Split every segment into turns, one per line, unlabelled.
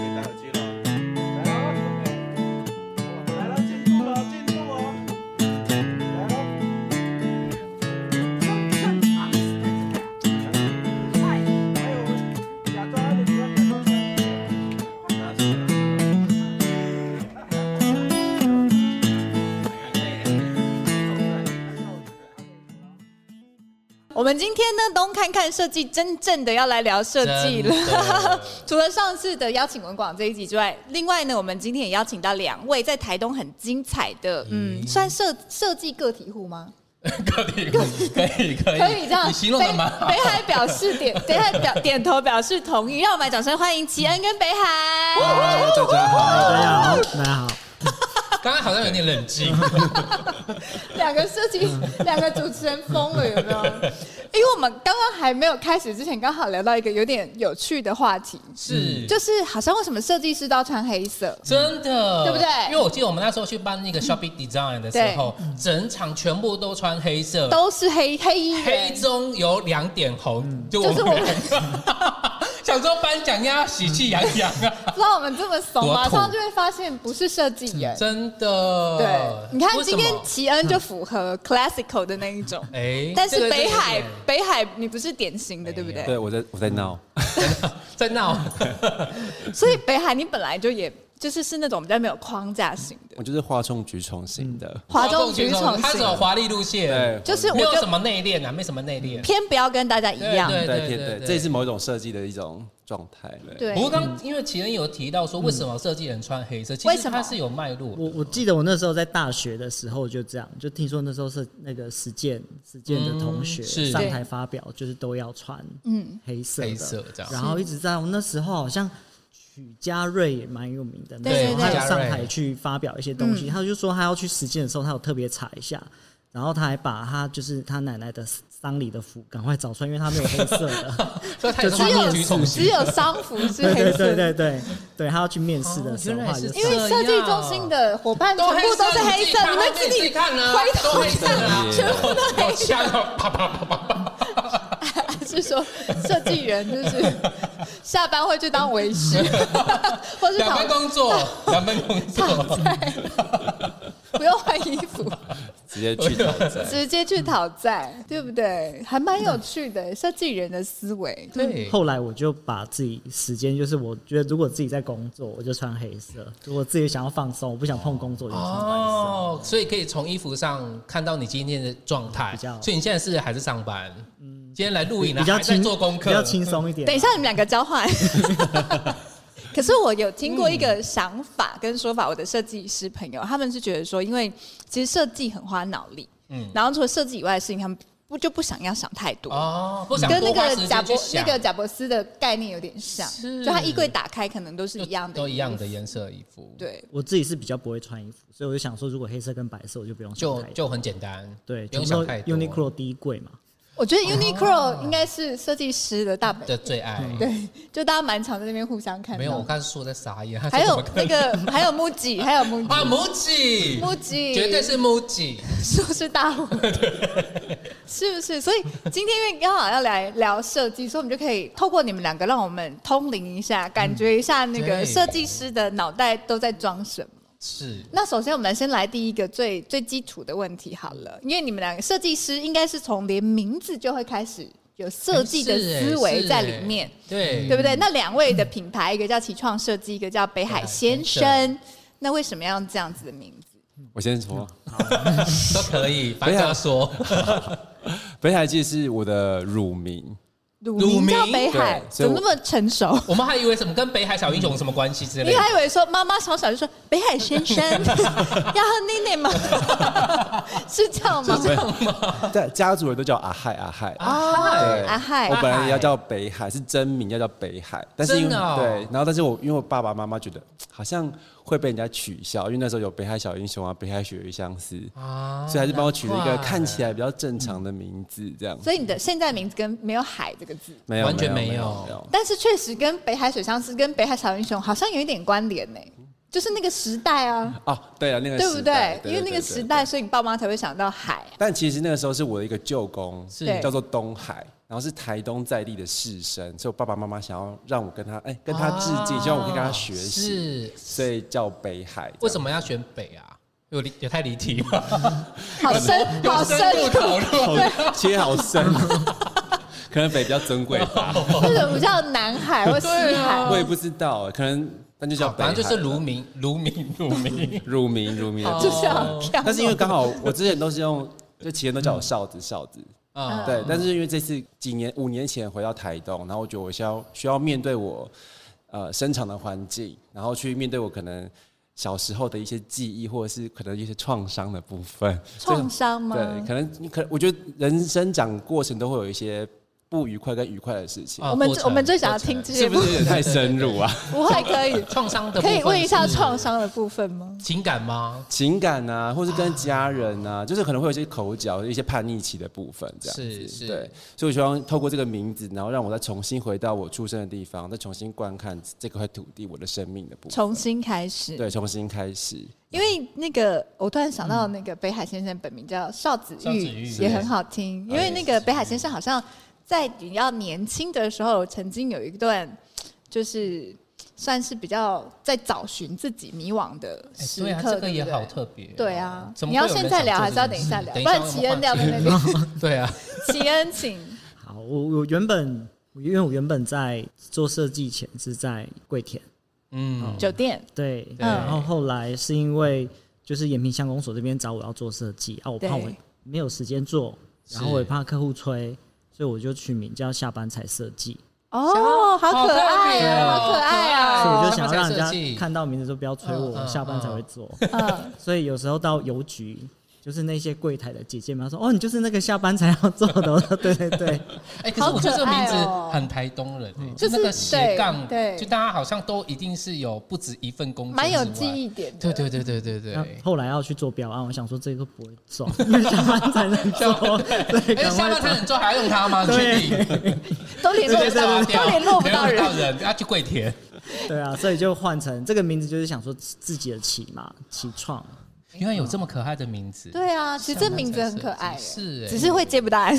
以戴耳机了。来喽，来了，进入了，进入哦。来喽。还有假装还得假装假装。
我们今天呢，东看看设计真正的要来聊设计
真的
了。 除了上次的邀请文广这一集之外，另外呢，我们今天也邀请到两位在台东很精彩的，嗯，算设设计个体户吗？
可以可以可以
可以这样，
哎你形容的蛮好
北。北海表示点， 北海表点头表示同意，让我们来掌声欢迎齐恩跟北海。
大家好，
大家好，大家好。
刚刚好像有点 冷静，
两个设计，
嗯
两个主持人疯了，有没 有？因为我们刚刚还没有开始之前，刚好聊到一个有点有趣的话题，
是
就是好像为什么设计师都要穿黑色？
真的，
对不对
因为我记得我们那时候去办那个 Shopping Design 的时候，整场全部都穿黑色，
嗯都是黑黑衣
嗯黑
人，
中有两点红，就我
就是我
们
们
两个 想说颁奖要喜气洋洋啊，
不知道我们这么怂，
多
马
土
上就会发现不是设计人。
真的。
对，你看
为什
今
么
天齐恩就符合 classical 的那一种，
哎
但是
这个
北
这
海
个有点嗯
北海你不是典型的，对不对？
对我在我在闹，
在闹，
所以北海你本来就也就是是那种比较没有框架型的，
我就是哗众取宠型的。
哗众取宠
他走
型，
华丽路线
对，
就是我嗯
没有
就
什么内敛啊，没什么内敛。
偏不要跟大家一样。
对
对
对
对
对
对，
对
这也是某一种设计的一种状态。
对
对。
不过刚因为奇恩有提到说，为什么设计人穿黑色？其
嗯为
实
什么
它是有脉络的。
我我记得我那时候在大学的时候就这样，就听说那时候是那个实践实践的同学
嗯是
上台发表，就是都要穿嗯黑色的
黑色这样
然后一直在我那时候好像。许家瑞也蛮有名的，那
对
时候
对
他
对嗯
有上台去发表一些东西，他就说他要去实践的时候，他有特别查一下，然后他还把他就是他奶奶的丧礼的服赶快找出来，因为他没有黑色的，
所以它也是
就
华
是
丽举重型
只。有商服是
对
黑
对
色
对
的，
对对对，他要去面试的时
哦
候，
原来
他就是找
因为设计中心的伙伴全
都黑
部
色
都是黑色，你们自己
看呢，
回头
都黑色啊，
全
部都黑色
枪哦，啪啪啪啪 啪，
是说设计人就是下班会去当维 师，或是
两
躺
份工作，两份工作，
不用换衣服，
直接去挑战。
直接去讨债，对不对？还蛮有趣的设计人的思维。
对，
后来我就把自己时间，就是我觉得如果自己在工作，我就穿黑色；如果自己想要放松，我不想碰工作，我就穿白色。
哦，所以可以从衣服上看到你今天的状态。
比较
所以你现在是还是上班？嗯，今天来录影了，
比较
还在
轻
做功课，
比较轻松一点。
等一下，你们两个交 换。可是我有听过一
嗯
个想法跟说法，我的设计师朋友他们是觉得说，因为其实设计很花脑力，嗯，然后除了设计以外的事情，他们不就不想要想太多，
哦，不想
跟那
多花
个
时
贾伯
间去
那
想
个贾伯斯的概念有点像，
是
就他衣柜打开可能都是一样的，
都一样的。颜色的衣服，，
对，
我自己是比较不会穿衣服，所以我就想说，如果黑色跟白色，我就不用想
就
太多。
就很简单，
对，
不用
全
想
部都
太多。
Uniqlo 第一柜嘛，
我觉得
哦
Uniqlo 应该是设计师的大本
的最爱，
嗯
对，就大家蛮常在那边互相看
嗯没有，我
到。
刚才说在傻眼，
还
他
有
说怎么可
那
能
个，还有 MUJI，还有 MUJI，
啊，母鸡，
MUJI
绝对是母鸡，
是不是 大火？是不是？所以今天因为刚好要来聊设计，所以我们就可以透过你们两个，让我们通灵一下，感觉一下那个
对
设计师的脑袋都在装什么。
是
那首先，我们先来第一个最最基础的问题好了，因为你们两个设计师应该是从连名字就会开始有设计的思维在里面，，
哎
嗯
是欸是欸
对不对？那两位的品牌，一个叫奇创设计，一个叫北海先
北海
生，那为什么要这样子的名字？
我先说，
对，都可以，反正他说，
北海记是我的乳名，
乳
乳
名
名
叫北海，
对
怎
所以
么
我
那么成熟？
我们还以为什么跟北海小英雄有什么关系之类
你
的，
还以为说妈妈小小就说北海先 生要喝奶奶吗？ 是这样吗？
但家族人都叫阿亥阿亥。
啊
对
阿亥
我本来要叫北海，是真名要叫北海，但是因
真
为、
的哦
对，然后但是我因为我爸爸妈妈觉得好像会被人家取笑，因为那时候有北海小英雄啊，北海鳕鱼相思，
啊
所以还是帮我取了一
难
个
怪
看起来比较正常的名字，这样
所以你的现在名字跟没有海这个字，
没有
完全没有
有，
但是确实跟北海水相思跟北海小英雄好像有一点关联呢、就是那个时代啊，
哦，对了，那个
对不
时
对
代？
因为那个时。
对对对对
代，所以你爸妈才会想到海啊。
但其实那个时候是我的一个舅公，是
对
叫做东海，然后是台东在地的士绅，所以我爸爸妈妈想要让我跟他哎、跟他致敬，希望我可以跟他学习，
是
所以叫北海。
为什么要选北啊？有离也太离题了，
好深， 好深
入
入，
讨论。
么哦切好深？ 可能北比较珍贵吧，
为什么不叫南海或西海？
我也不知道，可能那就叫北
反
海了。
正就是卢明， 卢明，卢 明。
乳名乳名的
哦
就是要这样。
啊但是因为刚好我之前都是用，就其人都叫我少子少子，
啊，
对。但是因为这次几年五年前回到台东，然后我觉得我需要需要面对我呃生长的环境，然后去面对我可能小时候的一些记忆，或者是可能一些创伤的部分。
创伤吗？
对，可能你可我觉得人生长过程都会有一些不愉快跟愉快的事情，
啊
我们
过程
我们最想要听这
是
些
不
部
是有点太深入啊？
不会可以
创伤 的部
可
分
以问一下
是
创伤的部分吗？
情感吗？
情感啊，或是跟家人啊，就是可能会有一些口角、一些叛逆期的部分，这样子
是是
对，所以我希望透过这个名字，然后让我再重新回到我出生的地方，再重新观看这块土地我的生命的部分，
重新开始。
对，重新开始。
因为那个，我突然想到那个北海先生本名叫邵子
嗯邵子
玉，
玉
也很好听。啊因为那个北海先生好像在比较年轻的时候，曾经有一段就是算是比较在找寻自己迷惘的
哎
时
对啊，
刻，
这个也
对不对
好特别。哦
对啊
怎，么
你
会有
要
人
现在聊
想
还
做
是
这
要
件
等一下
事嗯
聊？
等一
不
下
然
我们
奇恩
换
聊在那边，
对啊，
奇恩请
好，我我原本我因为我原本在做设计前是在跪舔，
嗯，
酒店，
对，
对
然后后来是因为就是延平乡公所这边找我要做设计啊，我怕
对
我没有时间做，然后
是
我也怕客户催，所以我就取名叫下班才设计，
哦，好可爱哦，好可爱
哦
所以
啊！
我就想要让人
下班才设计
家看到名字都不要催我，
嗯嗯
我下班才会做，
嗯，
所以有时候到邮局。就是那些柜台的姐姐们她说：“哦，你就是那个下班才要做的。” 我说：“对对对，
哎，可是我觉得这个名
好
字
可爱哦
很台东人，哎
就是
那个斜杠，
对对
就大家好像都一定是有不止一份工作，
蛮有记。忆点的。
对对对对对
那
对。
后来要去做标案，我想说这个不会中， 因为下班才能 做，对，
哎，
赶
下
快
班才能做，还要用它吗？你确定？
都联络不到，
对对对对
都联络不到
联
人
络。人，要去跪舔。
对啊，所以就换成这个名字，就是想说自己的起嘛，起创。
原来有这么可爱的名字，
对啊，其实这名字很可爱，
是哎
只是会接不到案，啊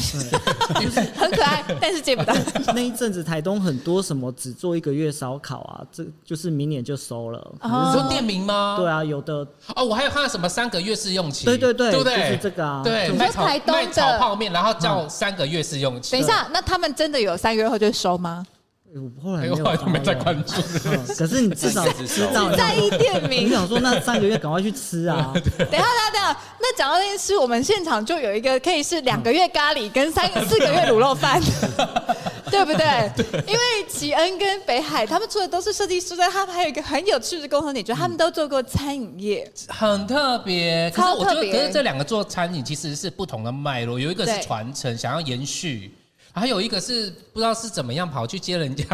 很可爱，但是接 不到。
啊
那一阵子台东很多什么只做一个月烧烤啊，这就是明年就收了。
你
哦
说店名吗？
对啊，有的
哦，我还有看到什么三个月试用期，
对对对
对不
就
对？
是这个啊
对，
就是
卖炒
台东的嗯
卖炒泡面，然后叫三个月试用期。
等一，下，那他们真的有三个月后就收吗？
我后来
哎
没
呦，
有
我
找到
还没在关注。
嗯可是 你至少知道，
在意店
你
名。
想说那三个月赶快去 吃啊，
等一下，等一下，等一下。那讲到这件事，我们现场就有一个可以是两个月咖喱跟三个四个月卤肉 饭，对不对？因为奇恩跟北海他们做的都是设计师，但他们还有一个很有趣的共同点，就是他们都做过餐饮业。
很特别，可是
超
我觉
特
得，
别
可是这两个做餐饮其实是不同的脉络，有一个是
对
传承，想要延续。还有一个是不知道是怎么样跑去接人家，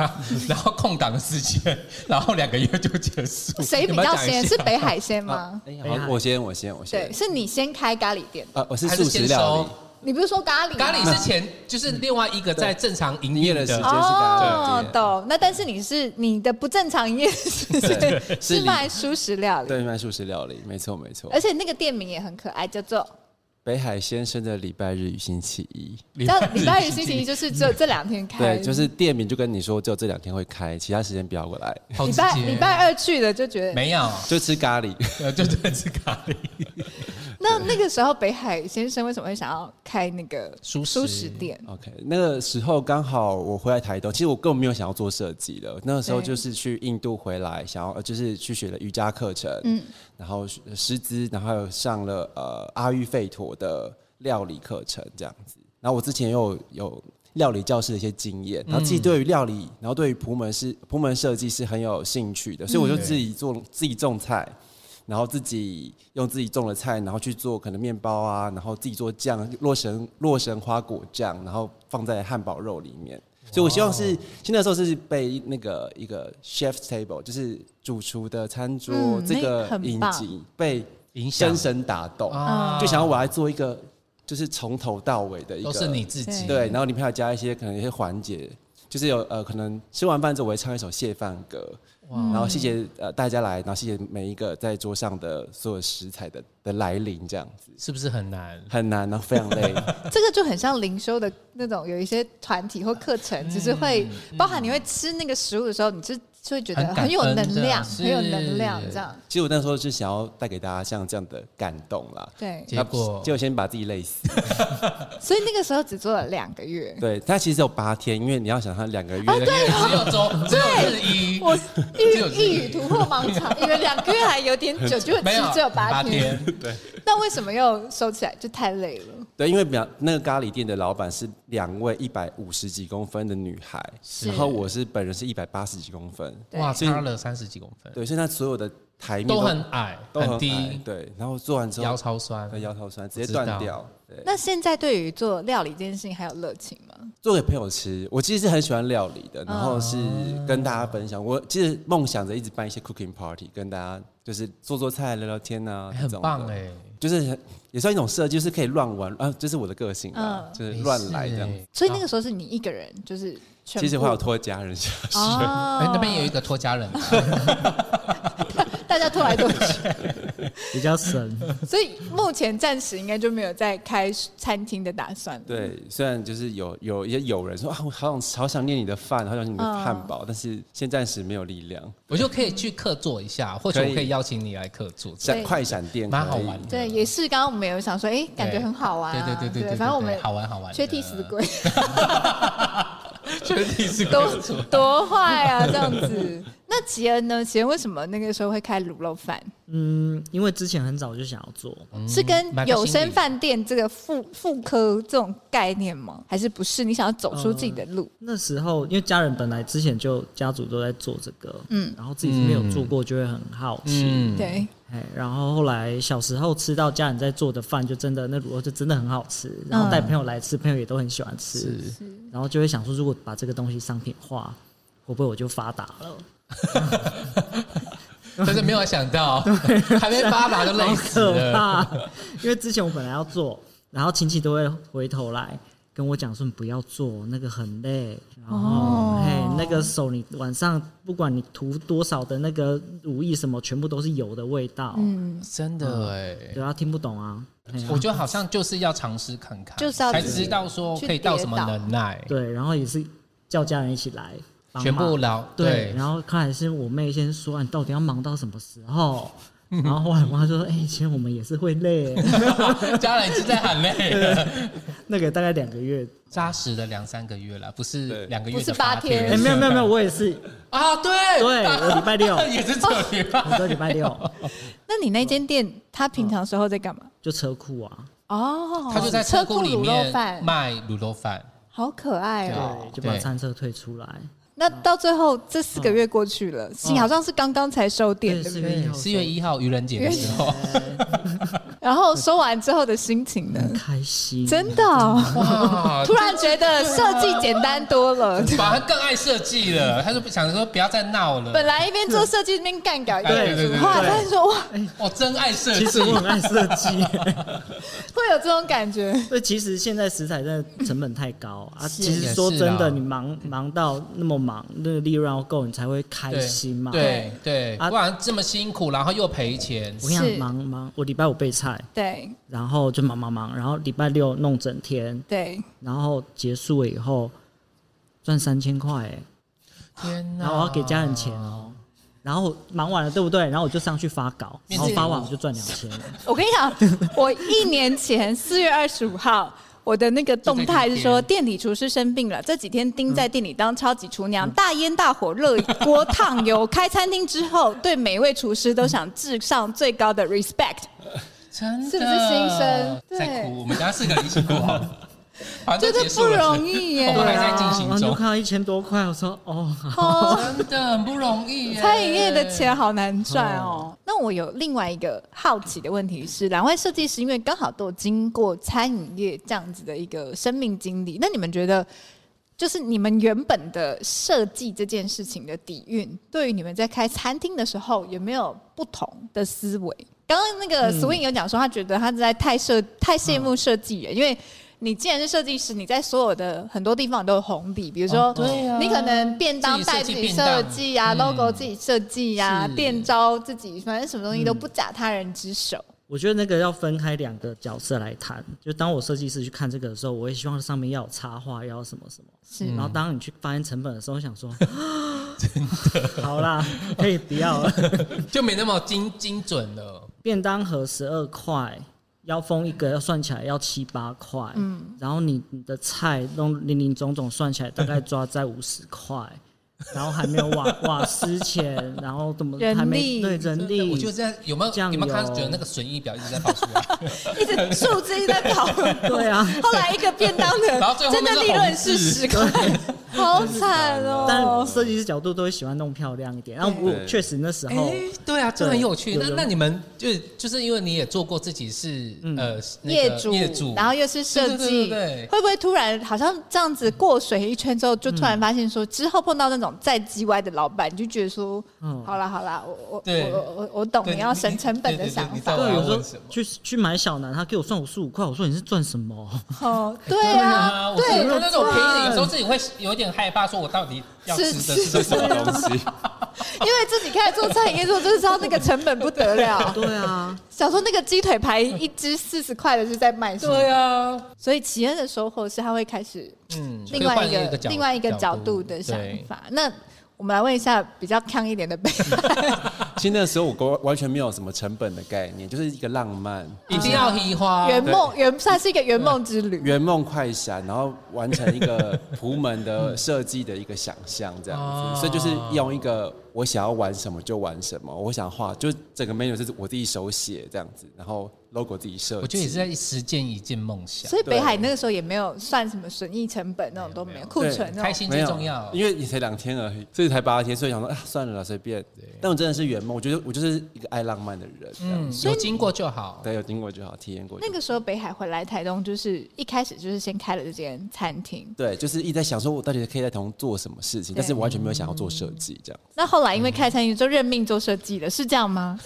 然后空档的时间，然后两个月就结束。
谁
你
比
们
较
讲一
先？
下
是北海先 吗？
哎、
北海
好，我先我先我
啊对，
先，
是你先开咖喱店的。
呃，我是
还是
素
先
食料
收嗯
理，
你不是说咖喱吗？
咖喱是前，就是另外一个在正常营业的
营业的时间
哦
对，
懂。那但是你是你的不正常营业是
对是
是
你
卖熟食料理，
对，卖素食料理，没错没错
而。且那个店名也很可爱，叫做
北海先生的礼拜日与星期一，
叫礼拜日星期一，就是只有这两天开。
对，就是店名就跟你说，只有这两天会开，其他时间不要过来，
好
礼
直
拜
接
礼拜二去的就觉得，
没有，
就吃咖喱。
呃，就在吃咖喱。
那那个时候北海先生为什么会想要开那个
熟食
熟食店？
OK，那个时候刚好我回来台东，其实我根本没有想要做设计的，那个时候
对
就是去印度回来，想要呃就是去学了瑜伽课程，然后学呃师资，然后还有上了呃阿育吠陀的料理课程这样子。然后我之前有有料理教室的一些经验，然后自己对于料理，然后对于普门是普门设计是很有兴趣的，所以我就自己做自己种菜。然后自己用自己种的菜，然后去做可能面包啊，然后自己做酱，洛神洛神花果酱，然后放在汉堡肉里面。所以我希望是，现在时候是被那个一个 chef's table，就是主厨的餐桌、
嗯
这
那
个
很
引
棒
景被
影响
深深打动，
哦
啊
就想要我来做一个，就是从头到尾的一
都
个
是你自己，嗯
对，然后里面还有加一些可能一些环节，就是有呃，可能吃完饭之后我会唱一首谢饭歌，然后细节呃大家来，然后细节每一个在桌上的所有食材的的来临这样子，
是不是很难？
很难，然后非常累。
这个就很像灵修的那种，有一些团体或课程，其实
嗯
会包含你会吃那个食物的时候，你就就会觉得
很感
很有
恩
能
的
量，
是
很有能量这样。
其实我那时候是想要带给大家像这样的感动啦，
对，
结果
结果先把自己累死。
所以那个时候只做了两个月。
对，它其实只有八天，因为你要想它两个
啊
月，
只有周，只有日一，
我
只有
一
自己
一语突破盲 肠，以为两个月还有点久，结果
没
其
有
实只有八
八天。
那为什么又收起来？就太累了。
对，因为两那个咖喱店的老板是两位一百五十几公分的女孩，
是
然后我是本人是一百八十几公分，
对
哇，
所以
差了三十几公分，
对，所以它所有的台面
都很矮，
都很矮
低，
对，然后做完之
腰
后，
超酸。
对腰超酸，直
我
接
知道
断掉。对，
那现在对于做料理这件事情还有热情吗？
做给朋友吃，我其实是很喜欢料理的，然
哦
后是跟大家分享。我其实梦想着一直办一些 cooking party，跟大家就是做做菜、聊聊天啊，
哎
这
很
种
棒
的
哎，
就是很也算一种设计，就是可以乱玩啊，这是我的个性啊，
嗯
就是乱来这样
没
子
事。哎
所以那个时候是你一个人，就是全部
其实会有拖家人下水，
哦
哎，那边有一个托家人，
大家拖来 拖去，
比较神。
所以目前暂时应该就没有再开餐厅的打算了。
对，虽然就是有有一些友人说啊，我好想好想念你的饭，好想念
嗯
你的汉堡，但是现暂时没有力量。
我就可以去客座一下，或许
可
我
以
可以邀请你来客座，
闪
对
快闪电
蛮好
可以
玩的。
对，也是刚刚我们有想说，哎，感觉很好玩
对
啊。
对对对对，
反正我们
对好玩好玩的，
缺替死 鬼，
缺替死鬼不错
多多坏啊，这样子。那奇恩呢？奇恩为什么那个时候会开卤肉饭？
嗯，因为之前很早就想要做，
嗯
是跟
蛮
有
心理
声饭店这个妇妇科这种概念吗？还是不是？你想要走出自己的
嗯
路？
那时候因为家人本来之前就家族都在做这个，
嗯
嗯，然后自己是没有做过，就会很好奇，
嗯，
对，
哎、然后后来小时候吃到家人在做的饭，就真的那卤肉就真的很好吃，然后带
嗯
朋友来吃，朋友也都很喜欢吃，
是
然后就会想说，如果把这个东西商品化，会不会我就发达了？
但是没有想到，还没发达就累
好
死
可
了。
怕！因为之前我本来要做，然后亲戚都会回头来跟我讲说你不要做，那个很累。然后、
哦
嘿，那个手你晚上不管你涂多少的那个乳液什么，全部都是油的味道。
嗯，
真的哎，
对啊，听不懂啊。
我觉得好像就是要尝试看看，
就是要
才知道说可以到什么能耐，
对，然后也是叫家人一起来帮忙
全部老
对，
对
然后看来是我妹先说、啊你到底要忙到什么时候。 然后后来我妈就说：“哎、其实我们也是会累，
家人已经在喊累了，
那个大概两个月。
扎实的两三个月了，不是
对
两个月的，
不是八天
哎、没有没有没有，我也是，
啊，对
对哦我礼拜六，
也是这里吧。
我这礼拜六
那你那间店，他平常时候在干嘛？
就车库啊，
哦，
他就在
车
车
库
库里
卤肉
面
饭，
卖卤肉饭，
好可爱哦。
对，就把
对啊
餐车推出来。
那到最后这四个月过去了，是好像是刚刚才收店，对不
四
对？
月一号，
嗯四月一号愚人节的时候，
然后收完之后的心情呢？
嗯
开心，
真的哦、
哇
突然觉得设计简单多了。
反而更爱设计了，他就不想说不要再闹了。
本来一边做设计一边干搞一
对
边
对对
煮画，
对
但是说哇，
我哦真爱设
其实
计，
我很爱设计，
会有这种感觉。
对，其实现在食材真的成本太高啊。
是
其
也
实
是
说真
啦
的，你忙忙到那么忙，那个利润要够，你才会开心嘛。
对对，
啊
不然这么辛苦，然后又赔钱，
我跟你
是
讲，忙忙，我礼拜五备菜，
对
然后就忙忙忙，然后礼拜六弄整天，
对，
然后结束了以后赚三千块，哎，
天哪！
然后我要给家人钱哦。然后我忙完了，对不对？然后我就上去发稿，
面
然后
试
发
我
完我就赚 两千了。
我跟你讲，我一年前四月二十五号。我的那个动态是说，店里厨师生病了，这几天盯在店里当超级厨
嗯
娘，大烟大火热锅烫油。开餐厅之后， 对每一位厨师都想致上最高的 respect。
啊真的
是不是新生对
在哭，我们家四个人一起哭好 了，反正
真
都
的
结束
不
了
容易耶
我！们还在进
然
行
后就
中，
看到一千多块，我说哦，好
哦，
真的很不容易 耶。
餐饮业的钱好难赚哦。那我有另外一个好奇的问题是，两位设计师因为刚好都有经过餐饮业这样子的一个生命经历，那你们觉得，就是你们原本的设计这件事情的底蕴，对于你们在开餐厅的时候有没有不同的思维？刚刚那个 Swing 有讲说，他觉得他在太设太羡慕设计人，因为你既然是设计师，你在所有的很多地方都有红笔，比如说，
对啊
你可能便当
自
带
己设计
自己
便
设
当
计啊、
嗯
l o g o 自己设计啊
是，
店招自己，反正什么东西都不假他人之手。
我觉得那个要分开两个角色来谈。就当我设计师去看这个的时候，我也希望上面要有插画，要有什么什么。
是
然后当你去发现成本的时候，我 想说， 好啦，可以不要了。
就没那么精精准了。
便当盒十二块，腰封一个要算起来要七八块，嗯，然后你你的菜弄零零总总算起来大概抓在五十块，然后还没有瓦瓦斯钱，然后怎么
人
还没
力
对人力，
我就在有没有有
酱油
没有看到觉得那个损益表一直在跑出来？
一直数字一直在跑。
对啊。
后来一个便当的，
然后最后
真
面
的
是
利润
红字
是十块，好惨
但
啊
哦！
设计师角度都会喜欢弄漂亮一点，然后
对
我确实那时
哎、
候
对啊，这
对
很有趣。
有
那
有
那你们就就是因为你也做过自己是、呃那个
业主，
业主，
然后又是设
对对对
计，
对对
会不会突然好像这样子过水一圈之后，就突然发现说，之后碰到那种再叽歪的老板，你就觉得说，
嗯
好啦好啦，我我
对
我我我懂
对
你要省成本的想
对对对你知
法
道，我
对，
要
有时
问
候
什么
去去买小南，他给我算五十五块，我说你是赚什么？
哦，
对
对啊，
我
对
是，那种便宜的，有时候
对
自己会有点害怕，说我到底要吃
是
的
是
是什么？
东西，
因为自己开始做餐饮业之后，就是知道那个成本不得了。
对啊，
想说那个鸡腿排一只四十块的是在卖什么？
对啊，
所以奇恩的收获是他会开始
嗯，
另外
可以换
个
角
另外一个角度的想
对
法。那我们来问一下比较康一点 的贝，
其实那时候我完完全没有什么成本的概念，就是一个浪漫、
一定要移花，
圆梦圆算是一个圆梦之旅。
圆梦快闪，然后完成一个普门的设计的一个想象，这样
哦
子，所以就是用一个我想要玩什么就玩什么，我想画就整个 menu 是我自己手写这样子，然后 logo 自己设计。
我觉得也是在实践一件梦想，
所以北海
对
那个时候也没有算什么损益成本那种都没有，库存那
开
种。
心
没
最
有
重要。
因为你才两天而已，所以才八天，所以想说啊，算了啦，随便。但我真的是圆梦，我觉得我就是一个爱浪漫的人，这样
嗯
子。，
有经过就好。
对，有经过就好，体验过就
那
好。
个时候北海回来台东，就是一开始就是先开了这间餐厅。
对，就是一直在想说，我到底可以在台中做什么事情，
对
但是我完全没有想要做设计，这样
那后来因为开餐厅就任命做设计了，是这样吗？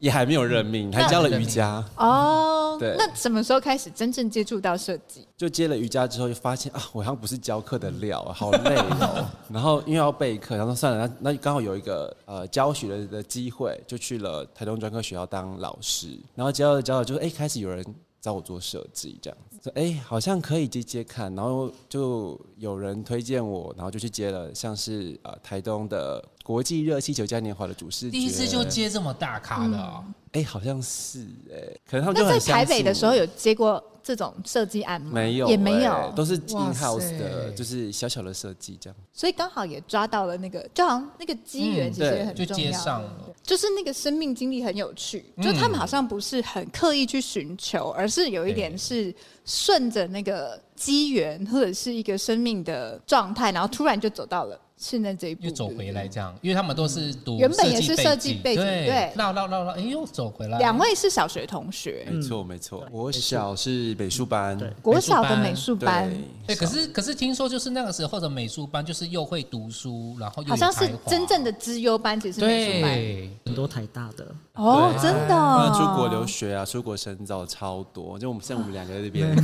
也还没有任命，还教了瑜伽。
哦，
对
那什么时候开始真正接触到设计？
就接了瑜伽之后，就发现啊，我好像不是教课的料啊，好累 哦。然后因为要备课，然后算了，那那刚好有一个呃教学的的机会，就去了台中专科学校当老师。然后教着教着，就哎、开始有人找我做设计这样子，说哎、好像可以接接看。然后就有人推荐我，然后就去接了，像是呃台东的国际热气球嘉年华的主视觉。
第一次就接这么大咖的哦，
哎、好像是哎、可能他们就
那在
很相
台北
信
的
我
时候有接过这种设计案吗？
没有、
也没
哎
有，
都是
哇
in house 的，
塞
就是小小的设计这样。
所以刚好也抓到了那个，就好像那个机缘
嗯
其实也
对
很
就
重
接
要
上了。
就是那个生命经历很有趣，
嗯
就他们好像不是很刻意去寻求，而是有一点是顺着那个机缘或者是一个生命的状态，然后突然就走到了现在这一步，
又走回来
对不
这样，因为他们都是
嗯
读
原本也是设计背景
对
对，
绕绕绕绕，哎，又走回来。
对。两位是小学同学，
没错，没错。我小是美术班，
对
国小的美术
对
班，
对，可是可是听说就是那个时候的美术班，就是又会读书，然后又有
好像是
才华
真正的资优班，其实是美术班
对，
很多台大的，
哦，
对
真的
那
哦
出国留学啊，出国深造超多，就我们像我们两个在这边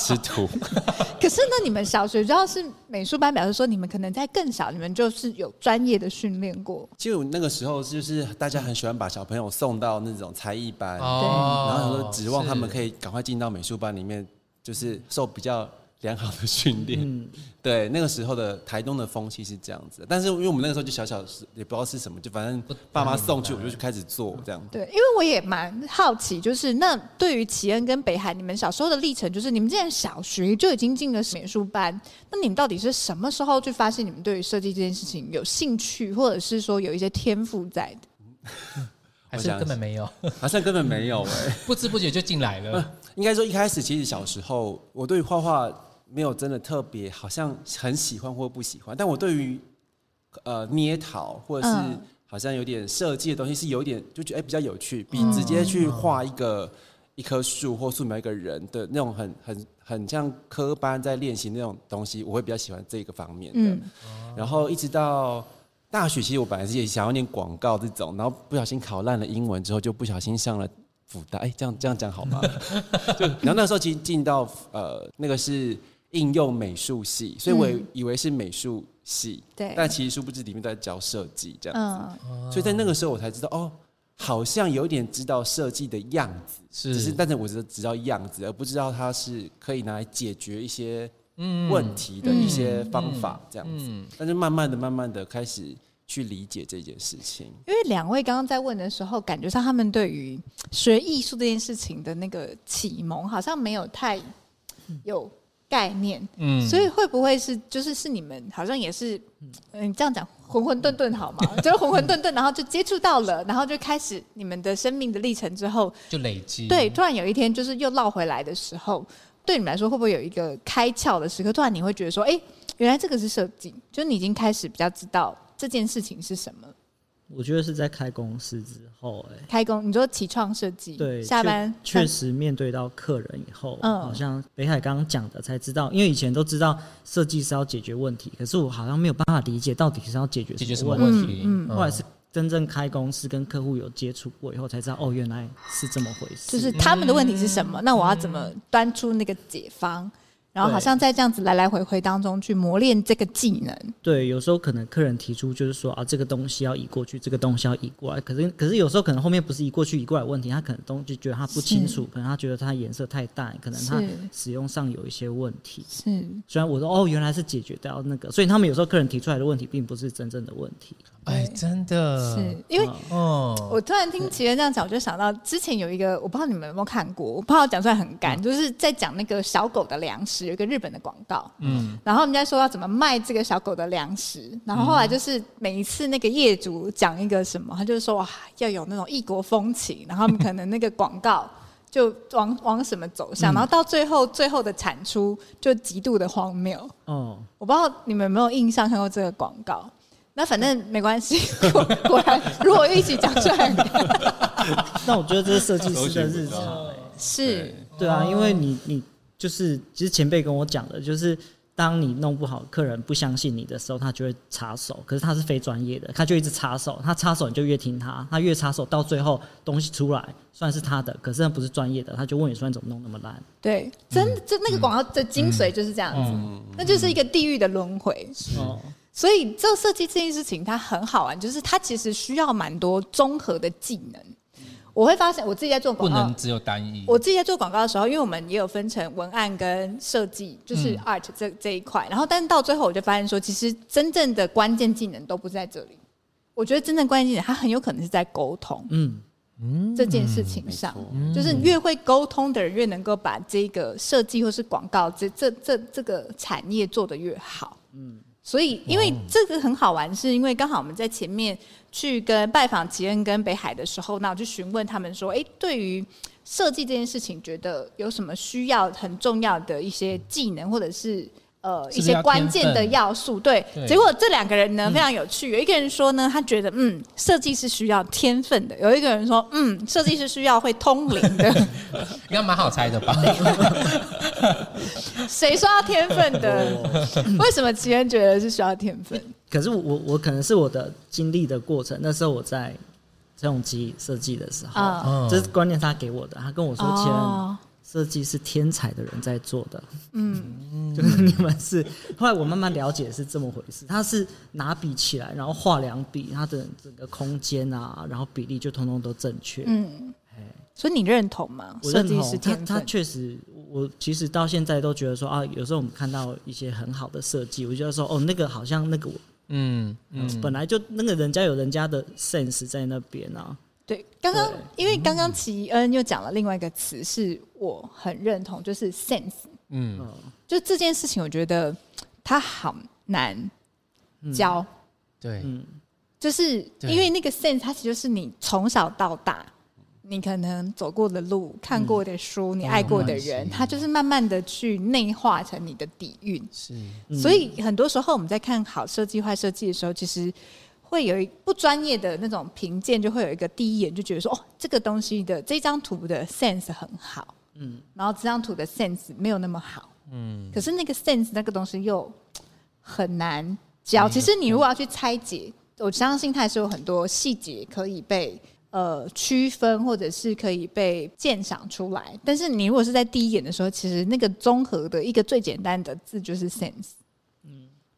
吃土，
可是那你们小学主要是美术班，表示说你们可能在更小，你们就是有专业的训练过。
其实我那个时候就是大家很喜欢把小朋友送到那种才艺班，
哦
然后想说指望他们可
以
以赶快进到美术班里面，就是受比较良好的训练。对，那个时候的台东的风气是这样子的，但是因为我们那个时候就小小，也不知道是什么，就反正爸妈送去，我就去开始做这样。
对，因为我也蛮好奇，就是那对于奇恩跟北海，你们小时候的历程，就是你们既然小学就已经进了美术班，那你们到底是什么时候去发现你们对于设计这件事情有兴趣，或者是说有一些天赋在的？
还是根本没有，
好像根本没有哎、
不知不觉就进来了。
应该说一开始其实小时候我对于画画没有真的特别，好像很喜欢或不喜欢，但我对于呃捏陶或者是
嗯
好像有点设计的东西是有点就觉得哎、比较有趣，比直接去画一个一棵树或素描一个人的那种很很很像科班在练习那种东西，我会比较喜欢这个方面的。
嗯
然后一直到大学，其实我本来是也想要念广告这种，然后不小心考烂了英文之后，就不小心上了辅大，哎、这样这样讲好吗？就然后那时候其实进到呃那个是应用美术系，所以我也以为是美术系，
对
但其实殊不知里面都在教设计这样，
嗯，
所以在那个时候我才知道哦，好像有点知道设计的样子，
是
只是但是我只知道样子，而不知道它是可以拿来解决一些
嗯
问题的一些方法这样子。
嗯，
但是慢慢的、慢慢的开始去理解这件事情。
因为两位刚刚在问的时候，感觉上他们对于学艺术这件事情的那个启蒙，好像没有太有概念。
嗯
所以会不会是就是是你们好像也是，嗯，这样讲混混沌沌好吗？就是混混沌沌，然后就接触到了，然后就开始你们的生命的历程之后，
就累积。
对，，突然有一天就是又绕回来的时候，对你们来说会不会有一个开窍的时刻？突然你会觉得说，哎、原来这个是设计，就是你已经开始比较知道这件事情是什么了。
我觉得是在开公司之后、哎，
开工，你说起创设计，
对，
下班
确确
上
实面对到客人以后，
嗯
好像北海刚刚讲的才知道，因为以前都知道设计师要解决问题，可是我好像没有办法理解到底是要解决
解决什么
么
问
题。
题？
嗯
后来是真正开公司跟客户有接触过以后，才知道哦，原来是这么回事。
就是他们的问题是什
嗯
么？那我要怎么端出那个解方？然后好像在这样子来来回回当中去磨练这个技能，
对，有时候可能客人提出就是说啊，这个东西要移过去，这个东西要移过来。可是可是有时候可能后面不是移过去移过来的问题，他可能东西觉得他不清楚，可能他觉得它颜色太淡，可能它
是
使用上有一些问题。
是
虽然我说哦，原来是解决掉那个，所以他们有时候客人提出来的问题并不是真正的问题。
哎，真的
嗯
是，因为
哦，
我突然听奇源这样讲，我就想到之前有一个，我不知道你们有没有看过，我怕我讲出来很
嗯
干，就是在讲那个小狗的粮食，有一个日本的广告，
嗯，
然后人家说要怎么卖这个小狗的粮食，然后后来就是每一次那个业主讲一个什么，他就说哇要有那种异国风情，然后他们可能那个广告就往往什么走
嗯
向，然后到最后最后的产出就极度的荒谬。
哦，
我不知道你们有没有印象看过这个广告。那反正没关 系，果果然，如果一起讲出来，
那我觉得这是设计师的日常、欸。
是
对啊，因为你你就是，其实前辈跟我讲的，就是当你弄不好，客人不相信你的时候，他就会插手。可是他是非专业的，他就一直插手，他插手你就越听他，他越插手，到最后东西出来算是他的，可是他不是专业的，他就问你说你怎么弄那么烂？
对，真的，就那个广告的精髓就是这样
嗯
子，那就是一个地狱的轮回。
哦，
所以做设计这件事情，它很好玩，就是它其实需要蛮多综合的技能。我会发现我自己在做
不
广告
能，只有单一。
我自己在做广告的时候，因为我们也有分成文案跟设计，就是
嗯
art 这、这一块。然后，但是到最后我就发现说，其实真正的关键技能都不在这里。我觉得真正关键技能，它很有可能是在沟通
嗯，
这件事情
嗯没
上。
错，
就是越会沟通的人，越能够把这个设计或是广告这这这这个产业做得越好。嗯，所以因
哦
为这个很好玩，是因为刚好我们在前面去跟拜访奇恩跟北海的时候，那我就询问他们说，诶，对于设计这件事情，觉得有什么需要很重要的一些技能或者是。呃，
是
一
不是要
些关键的
天分
要素，对，
对
结果这两个人呢非常有趣。有一个人说呢，他觉得嗯，设计是需要天分的；有一个人说，嗯，设计是需要会通灵的。
应该蛮好 猜的吧？
谁说要天分的？
哦
为什么奇人觉得是需要天分？
可是我我我可能是我的经历的过程，那时候我在陈永基设计的时候，
啊
嗯
这是观念他给我的，他跟我说前。
哦，
设计是天才的人在做的，嗯， 就是你们是。后来我慢慢了解是这么回事，他是拿笔起来，然后画两笔，他的整个空间啊，然后比例就通通都正确。
嗯，所以你认同吗？
我
设
认
计师
同他，
天
他
分，
确实，我我其实到现在都觉得说啊，有时候我们看到一些很好的设计，我就觉得说哦，那个好像那个我、
嗯嗯，
本来就那个人家有人家的 sense 在那边啊，
对。刚刚
对
因为刚刚奇恩又讲了另外一个词，是我很认同，就是 sense。
嗯
嗯，
就这件事情，我觉得它好难
嗯
教，
对，
嗯，
就是
对
因为那个 sense，它其实就是你从小到大，你可能走过的路、看
嗯
过的书、
哦
你爱过的人，
嗯
它就是慢慢的去内化成你的底蕴。
是
所以很多时候我们在看好设计、坏设计的时候，其实会有一不专业的那种评鉴，就会有一个第一眼就觉得说，哦，这个东西的这张图的 sense 很好，嗯，然后这张图的 sense 没有那么好，嗯，可是那个 sense 那个东西又很难嗯教。其实你如果要去拆解，我相信它还是有很多细节可以被呃区分，或者是可以被鉴赏出来。但是你如果是在第一眼的时候，其实那个综合的一个最简单的字就是 sense。嗯，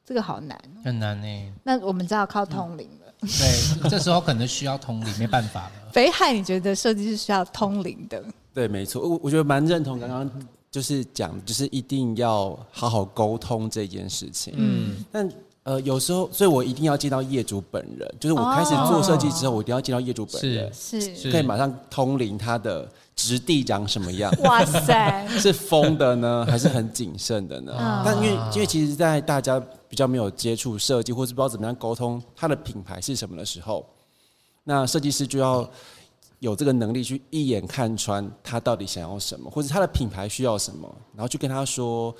这个好难哦。
很难呢。
那我们只好靠通灵了。
对，这时候可能需要同理，没办法了。
北海，你觉得设计是需要通灵的？
对，没错，我我觉得蛮认同刚刚就是讲，就是一定要好好沟通这件事情。嗯，但呃，有时候，所以我一定要见到业主本人，就是我开始做设计之后，我一定要见到业主本人，
是，
是
可以马上通灵他的质地长什么样。
哇塞，
是疯的呢，还是很谨慎的呢？但因为因为其实，在大家比较没有接触设计，或是不知道怎么样沟通它的品牌是什么的时候，那设计师就要有这个能力去一眼看穿他到底想要什么，或者他的品牌需要什么，然后去跟他说。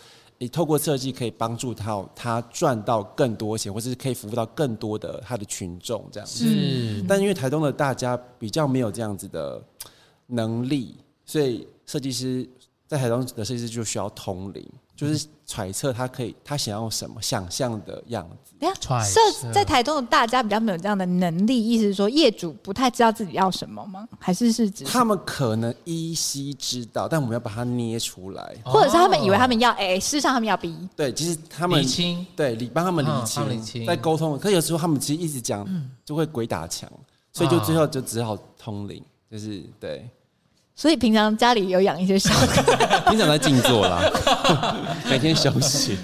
你透过设计可以帮助到他赚到更多钱，或者是可以服务到更多的他的群众这样
嗯
子。
是，
但因为台东的大家比较没有这样子的能力，所以设计师在台东的设计师就需要通灵，就是
嗯
揣测他可以他想要什么，想象的样子。
等一
揣
下
测
设在台东的大家比较没有这样的能力，意思是说业主不太知道自己要什么吗？还是是指，
他们可能依稀知道，但我们要把它捏出来。
哦
或者是他们以为他
们
们要 A，事实上他们要 B？
对，其实他们
理清，
对理帮他们
嗯
理
帮理
清，
清嗯
在沟通。可有时候他们其实一直讲，就会鬼打墙，所以就最后就只好通灵，就是对。
所以平常家里有养一些小 狗，
平常在静坐啦， 每天休息。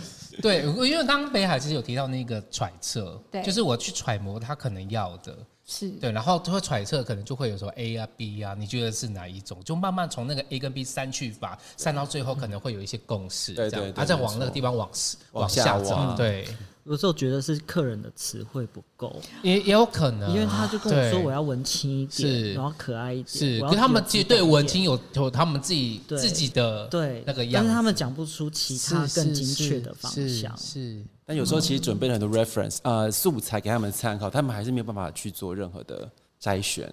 对，因为刚刚北海其实有提到那个揣测，
对
就是我去揣摩他可能要的，
是
对，然后就会揣测，可能就会有说 A 啊 B 啊，你觉得是哪一种？就慢慢从那个 A 跟 B 删去法，删到最后可能会有一些共识，
对
这样
对对
啊，再
没
往那个
错
地方往是
往
往下
下
走，
嗯
挖
对，
有时候觉得是客人的词汇不够，
也也有可能，
因为他就跟我说
嗯对
我要文青一
是
点，然后可爱一点，
是，可
我要
是他们
有
其
质
实
感
对
一
文
点
青有有他们自己
对
自己的
对
那个样
但
子，
是他们讲不出其
是
他更
是
精
是
确的方
是
向。
是
但有时候其实准备了很多 reference 呃素材给他们参考，他们还是没有办法去做任何的筛选，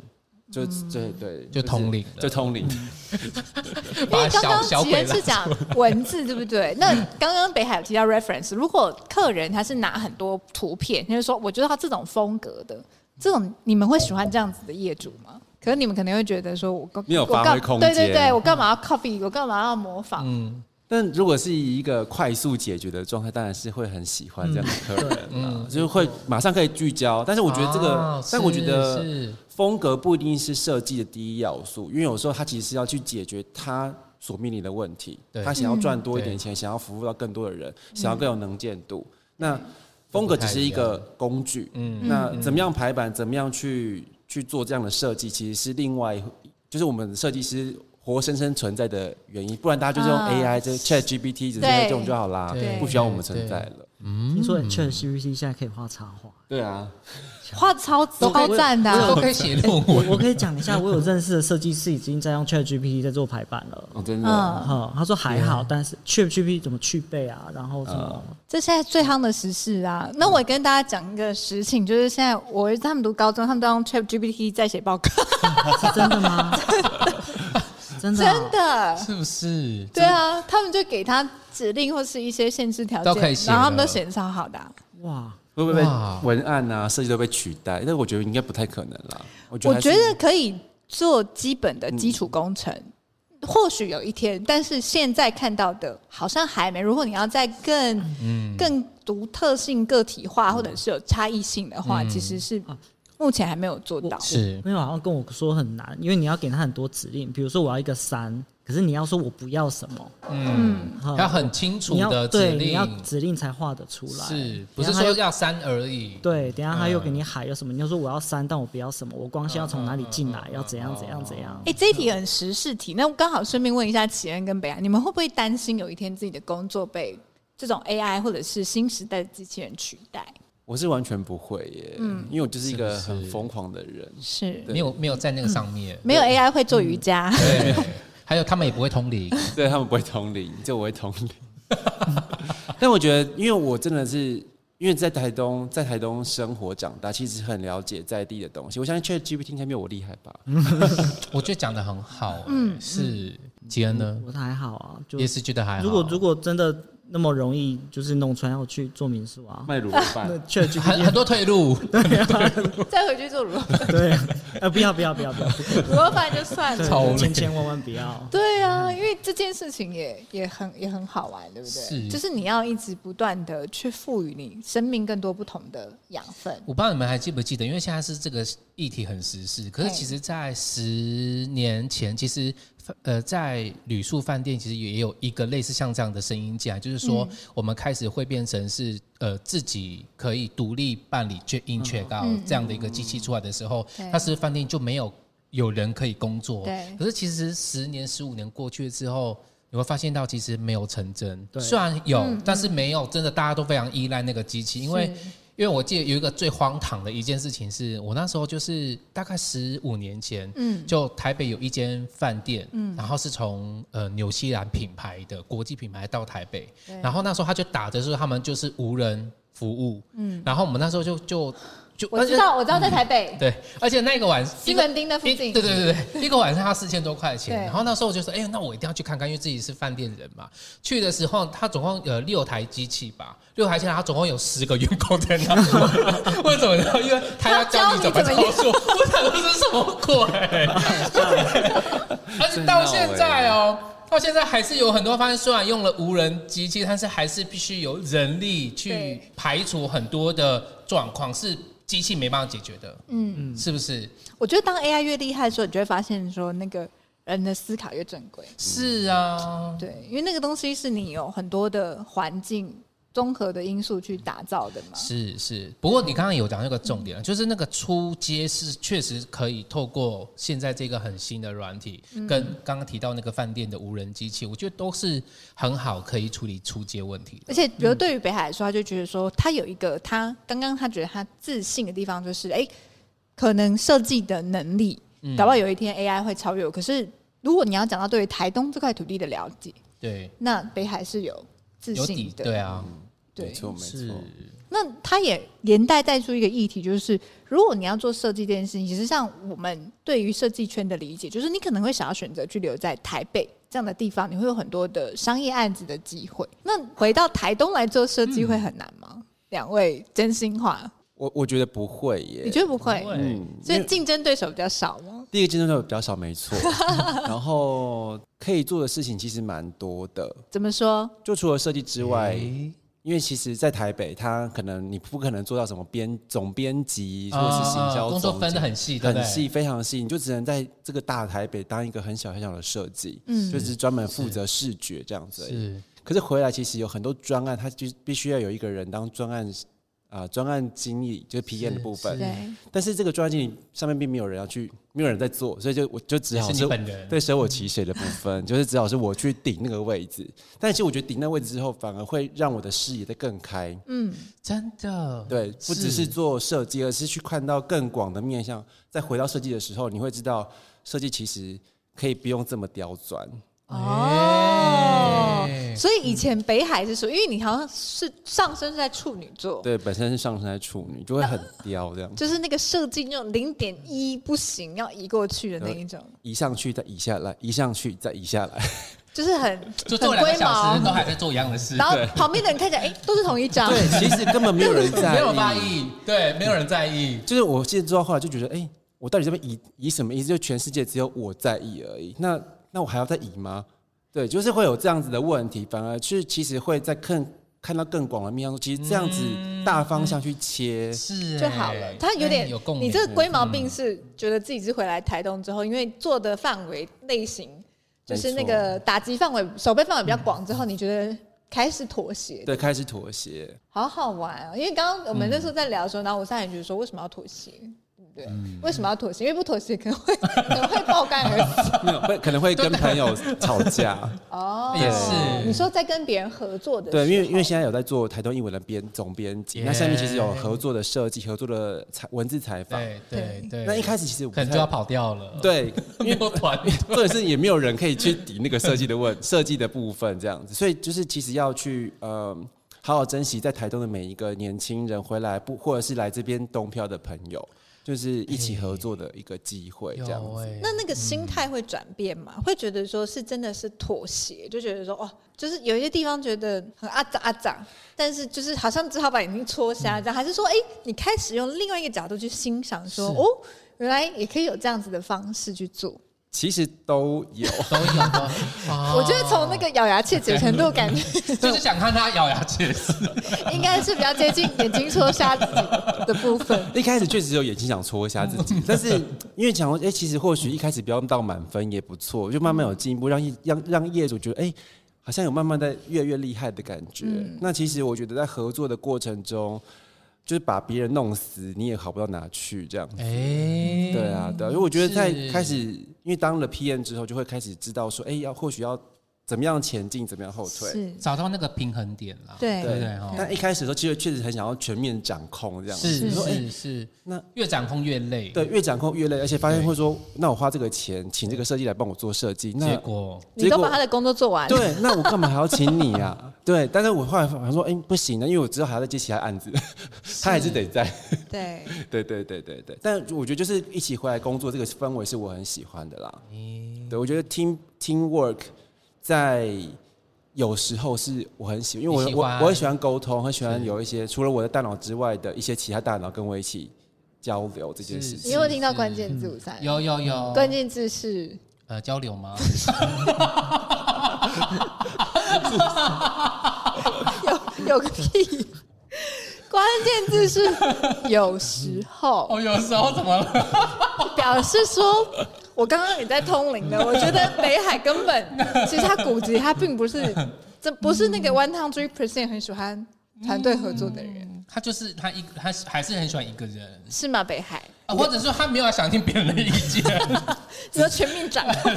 就对对，
就是通灵了嗯
就通灵。
因
把
为刚
小
刚
小
奇
鬼
源
拉
是讲文字，对不 对？那刚刚北海有提到 reference，如果客人他是拿很多图片，他就是说我觉得他这种风格的，这种你们会喜欢这样子的业主吗？可是你们可能会觉得说我干
没有
我
发
干
挥空
对对
间
对，我干嘛要 copy？我干嘛要模仿？
嗯，
但如果是以一个快速解决的状态，当然是会很喜欢这样的
嗯
客人啊，就是会马上可以聚焦。但是我觉得这
啊
个，但我觉
是
得
是
风格不一定是设计的第一要素，因为有时候他其实是要去解决他所面临的问题
对，
他想要赚多一
嗯
点钱，想要服务到更多的人，想要更有能见度。那风格只嗯是一个工具，
嗯
嗯，那怎么样排版，怎么样去去做这样的设计，其实是另外一，就是我们设计师活生生存在的原因，不然大家就是用
啊
AI 这 ChatGPT 只是
对
这种就好啦
对，
不需要我们存在了。
听
嗯
说 ChatGPT 现在可以画插 画，
对啊，
画超超赞的
都
啊、
可以写论
我
文，
我可以讲一下，我有认识的设计师已经在用 ChatGPT 在做排版了。
哦，真
啊
的，
嗯，
哈、他说还好，但是 ChatGPT 怎么去背啊？然后什么？
这现在最夯的时事啊。那我也跟大家讲一个实情，就是现在我儿子他们读高中，他们都用 Chat GPT 在写报告，
啊
是真 的吗？真的、
真
啊，
的。
是不是？
对啊，他们就给他指令或是一些限制条件，
都可以写
然后他们
了
都写的超好的啊、
哇！
会不会被
哇
文案啊设计都被取代？但我觉得应该不太可能啦。我觉得
我
还是
觉得可以做基本的基础工程，或许有一天，但是现在看到的好像还没。如果你要再更、
嗯
更独特性、个体化，或者是有差异性的话，其实是目前还没有做到。
嗯是
朋友好像啊跟我说很难，因为你要给他很多指令，比如说我要一个三，可是你要说我不要什么，
嗯，
哈
要很清楚
你要
的指
对，你要
令，
指令才画得出来，
是不
等
是
一下他
说
又
要删而已？
对，等一下他又给
嗯
你海有什么？你就说我要删，但我不要什么，我光线要从哪里进来，要怎样怎样怎样
嗯
哎、。这一题很时事题，那我刚好顺便问一下启恩跟北安，你们会不会担心有一天自己的工作被这种 AI 或者是新时代的机器人取代？
我是完全不会耶，因为我就是一个
是不是
很疯狂的人。
嗯是
没有没有在那个上面，
嗯没有 AI 会做瑜伽，
对，还有他们也不会通灵，
对他们不会通灵，就我会通灵。 但我觉得，因为我真的是因为在台东，在台东生活长大，其实很了解在地的东西。我相信 ChatGPT 应该没有我厉害吧？
嗯
我觉得讲的很好，嗯，是吉恩呢
我说还好啊，就
也是觉得还好，
如果如果真的那么容易就是弄穿要去做民宿啊。
卖卤肉
那
饭，
确实
嗯很很多退路。嗯
再回去做卤肉饭
对啊，呃，不要不要不要不要，不可以
卤肉饭就算
对
了。
超累
千千万万不要。
对啊，因为这件事情也也很也很好玩，对不对？
是
就是你要一直不断的去赋予你生命更多不同的养分。
我不知道你们还记不记得，因为现在是这个议题很时事，可是
嘿
其实，在十年前，其实呃，在旅宿饭店其实也有一个类似像这样的声音
嗯
进来，就是说我们开始会变成是呃自己可以独立办理 check in check out 这样的一个机器出来的时候，
嗯对
那是不是饭店就没有有人可以工作
对。
可是其实十年、十五年过去之后。你会发现到其实没有成真，
对
虽然有，
嗯
但是没有真的大家都非常依赖那个机器，因为因为我记得有一个最荒唐的一件事情是，我那时候就是大概十五年前，
嗯
就台北有一间饭店，然后是从呃纽西兰品牌的国际品牌到台北，
对
然后那时候他就打着说他们就是无人服务，然后我们那时候就就就
嗯
嗯
我知道，我知道在台北
对，而且那个晚
西门町那附
一
近
对，对对对，一个晚上要四千多块钱。
对
然后那时候我就说，哎、呀，那我一定要去看看，因为自己是饭店人嘛。去的时候，他总共有六台机器吧，六台机器，他总共有十个员工在那。 为什么呢？因为他要教你怎么操作。我想说是什么鬼？ 而且到现在哦、到现在还是有很多发现，虽然用了无人机器，但是还是必须有人力去
对
排除很多的状况，是机器没办法解决的。嗯，是不是？
我觉得当 AI 越厉害的时候，你就会发现说那个人的思考越正规。
是啊，
对，因为那个东西是你有很多的环境综合的因素去打造的嘛。
是是。不过你刚刚有讲到一个重点，就是那个出街是确实可以透过现在这个很新的软体，跟刚刚提到那个饭店的无人机器，我觉得都是很好可以处理出街问题
而
的。
且，比如对于北海来说，他就觉得说，他有一个他刚刚他觉得他自信的地方，就是哎、诶可能设计的能力，
嗯
搞不好有一天 AI 会超越我。可是，如果你要讲到对于台东这块土地的了解，
对，
那北海是有自
有
信
底，
的。
对啊，
对
没错嗯没
是
错，
那他也连带带出一个议题，就是如果你要做设计这件事情，其实像我们对于设计圈的理解，就是你可能会想要选择去留在台北这样的地方，你会有很多的商业案子的机会。那回到台东来做设计会很难吗？两位真心话，
我我觉得不会耶，
你觉得不会？
嗯
所
对，
以竞争对手比较少吗？
第一个竞争对手比较少，没错。 然后可以做的事情其实蛮多的，
怎么说？
就除了设计之外，因为其实，在台北，他可能你不可能做到什么编总编辑或者是行
啊
销总监、
工作分得很细，对不
很
对
细，非常细，你就只能在这个大台北当一个很小很小的设计，
嗯
就只是专门负责视觉这样子而已。
是
可是回来其实有很多专案，它就必须要有一个人当专案啊、专案经理，就是 P M 的部分
是。
对，
但是这个专案经理上面并没有人要去，没有人在做，所以就我就只好
是你本人
对舍我其谁的部分，就是只好是我去顶那个位置。但其实我觉得顶那位置之后，反而会让我的视野的更开。
嗯，
真的，
对，不只是做设计，而是去看到更广的面向。再回到设计的时候，你会知道设计其实可以不用这么刁钻。
哦
哎，
所以以前北海是属于，因为你好像是上升是在处女座，
对，本身是上升在处女，就会很刁这样。
就是那个设计那种零点一不行，要移过去的那一种，
呃
移上去，再移下来，移上去，再移下来。
就是很
就
很
做两个
龟
小
毛
时。都还在做一样的事，
然后旁边的人看起来，哎、都是同一张。
对，其实根本没有人在
没
意，
有人在意，对，没有人在意，
就是我现在做到后来就觉得，哎、我到底这边移移什么意思？就全世界只有我在意而已。那那我还要再移吗？对，就是会有这样子的问题，反而去其实会在更看到更广的面向，其实这样子
嗯
大方向去切，
是
就好了
哎，
他有点
有，共鸣，
你这个龟毛
嗯
病是觉得自己是回来台东之后，因为做的范围类型就是那个打击范围、手背范围比较广之后，你觉得开始妥协，
对，开始妥协。
好好玩啊！因为刚刚我们那时候在聊的时候，然后我上来就说为什么要妥协，对不对？
嗯
为什么要妥协？因为不妥协可能会可能会爆肝而死。
没有，会可能会跟朋友吵 架，
哦，
也是
你说在跟别人合作的时候，
对，因为因为现在有在做台东译文的编总编辑，那下面其实有合作的设计、合作的采文字采访。
对对对，
那一开始其实我不
可能
太
就要跑掉了，，
对，
没有团 队，
或者是也没有人可以去抵那个设计的问设计的部分这样子，所以就是其实要去呃好好珍惜在台东的每一个年轻人回来不或者是来这边东漂的朋友，就是一起合作的一个机会，这样
有
子。
哎
那那个心态会转变吗？会觉得说是真的是妥协，就觉得说哦，就是有一些地方觉得很阿杂阿杂，但是就是好像只好把眼睛戳瞎这样，还是说哎、你开始用另外一个角度去欣赏，说
是
哦，原来也可以有这样子的方式去做。
其实都有，
都有吗？啊
我觉得从那个咬牙切齿的程度，感 觉
就是想看他咬牙切齿，
应该是比较接近眼睛戳瞎自己的部 分。
一开始确实有眼睛想戳一下 自己，但是因为讲说，哎、其实或许一开始不要到满分也不错，就慢慢有进步，让业让让业主觉得，哎、好像有慢慢在越来越厉害的感觉。
嗯
那其实我觉得在合作的过程中，就是把别人弄死，你也好不到哪去，这样。
哎、
对啊，对啊，因为我觉得在
是
开始，因为当了 PM 之后，就会开始知道说，哎、要或许要怎么样前进，怎么样后退。
是，
找到那个平衡点啦，
对
对不对哦
但一开始的时候，其实确实很想要全面掌控这样子。
是
说哎
是是，
那
越掌控越累，
对，，越掌控越累，而且发现
对
会说，那我花这个钱请这个设计来帮我做设计，
结
那
果
你都
结果
把他的工作做完，
对，那我干嘛还要请你 啊？对，但是我后来想说，哎、不行的，因为我知道还要再接其他案子，他还是得在。
对
对对对对对，但我觉得就是一起回来工作这个氛围是我很喜欢的啦。对，我觉得 team team work 在有时候是我很喜，因为
你喜
我我
欢
我很喜欢沟通，很喜欢
是
有一些除了我的大脑之外的一些其他大脑跟我一起交流这件事
你
情。
有没有听到关键字午餐？
有有有，
关键字是
呃交流吗？
有有个屁！关键字是有时候，
哦，有时候怎么了？
表示说我刚刚也在通灵的。我觉得北海根本其实他骨子里他并不是，这不是那个 one hundred percent 很喜欢团队合作的人，
他就是他一他还是很喜欢一个人，
是吗？北海，
啊、或者说他没有想听别人的意见，
你说全面掌控，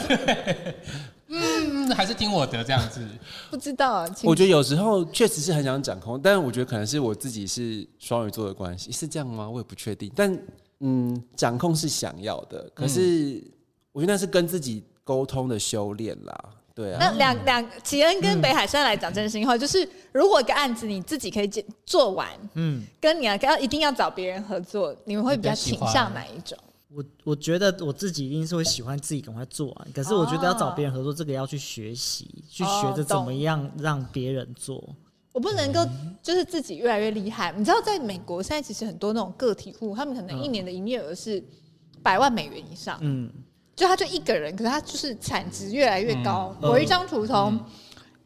嗯，还是听我的这样子。
不知道啊。请
我觉得有时候确实是很想掌控，但我觉得可能是我自己是双鱼座的关系，是这样吗？我也不确定。但嗯，掌控是想要的，可
嗯
是我觉得那是跟自己沟通的修炼啦。对啊，
那
哦
两两启恩
嗯
跟北海山来讲真心话，就是如果一个案子你自己可以解做完，嗯，跟你啊要一定要找别人合作，你们会比较
你比较喜
倾
欢
向哪一种？
我我觉得我自己一定是会喜欢自己赶快做完，可是我觉得要找别人合作，这个要去学习，去学着怎么样让别人做。
我不能够
嗯
就是自己越来越厉害。你知道，在美国现在其实很多那种个体户，他们可
嗯
能一年的营业额是百万美元以上，
嗯，
就他就一个人，可是他就是产值越来越高。
嗯
我一张图从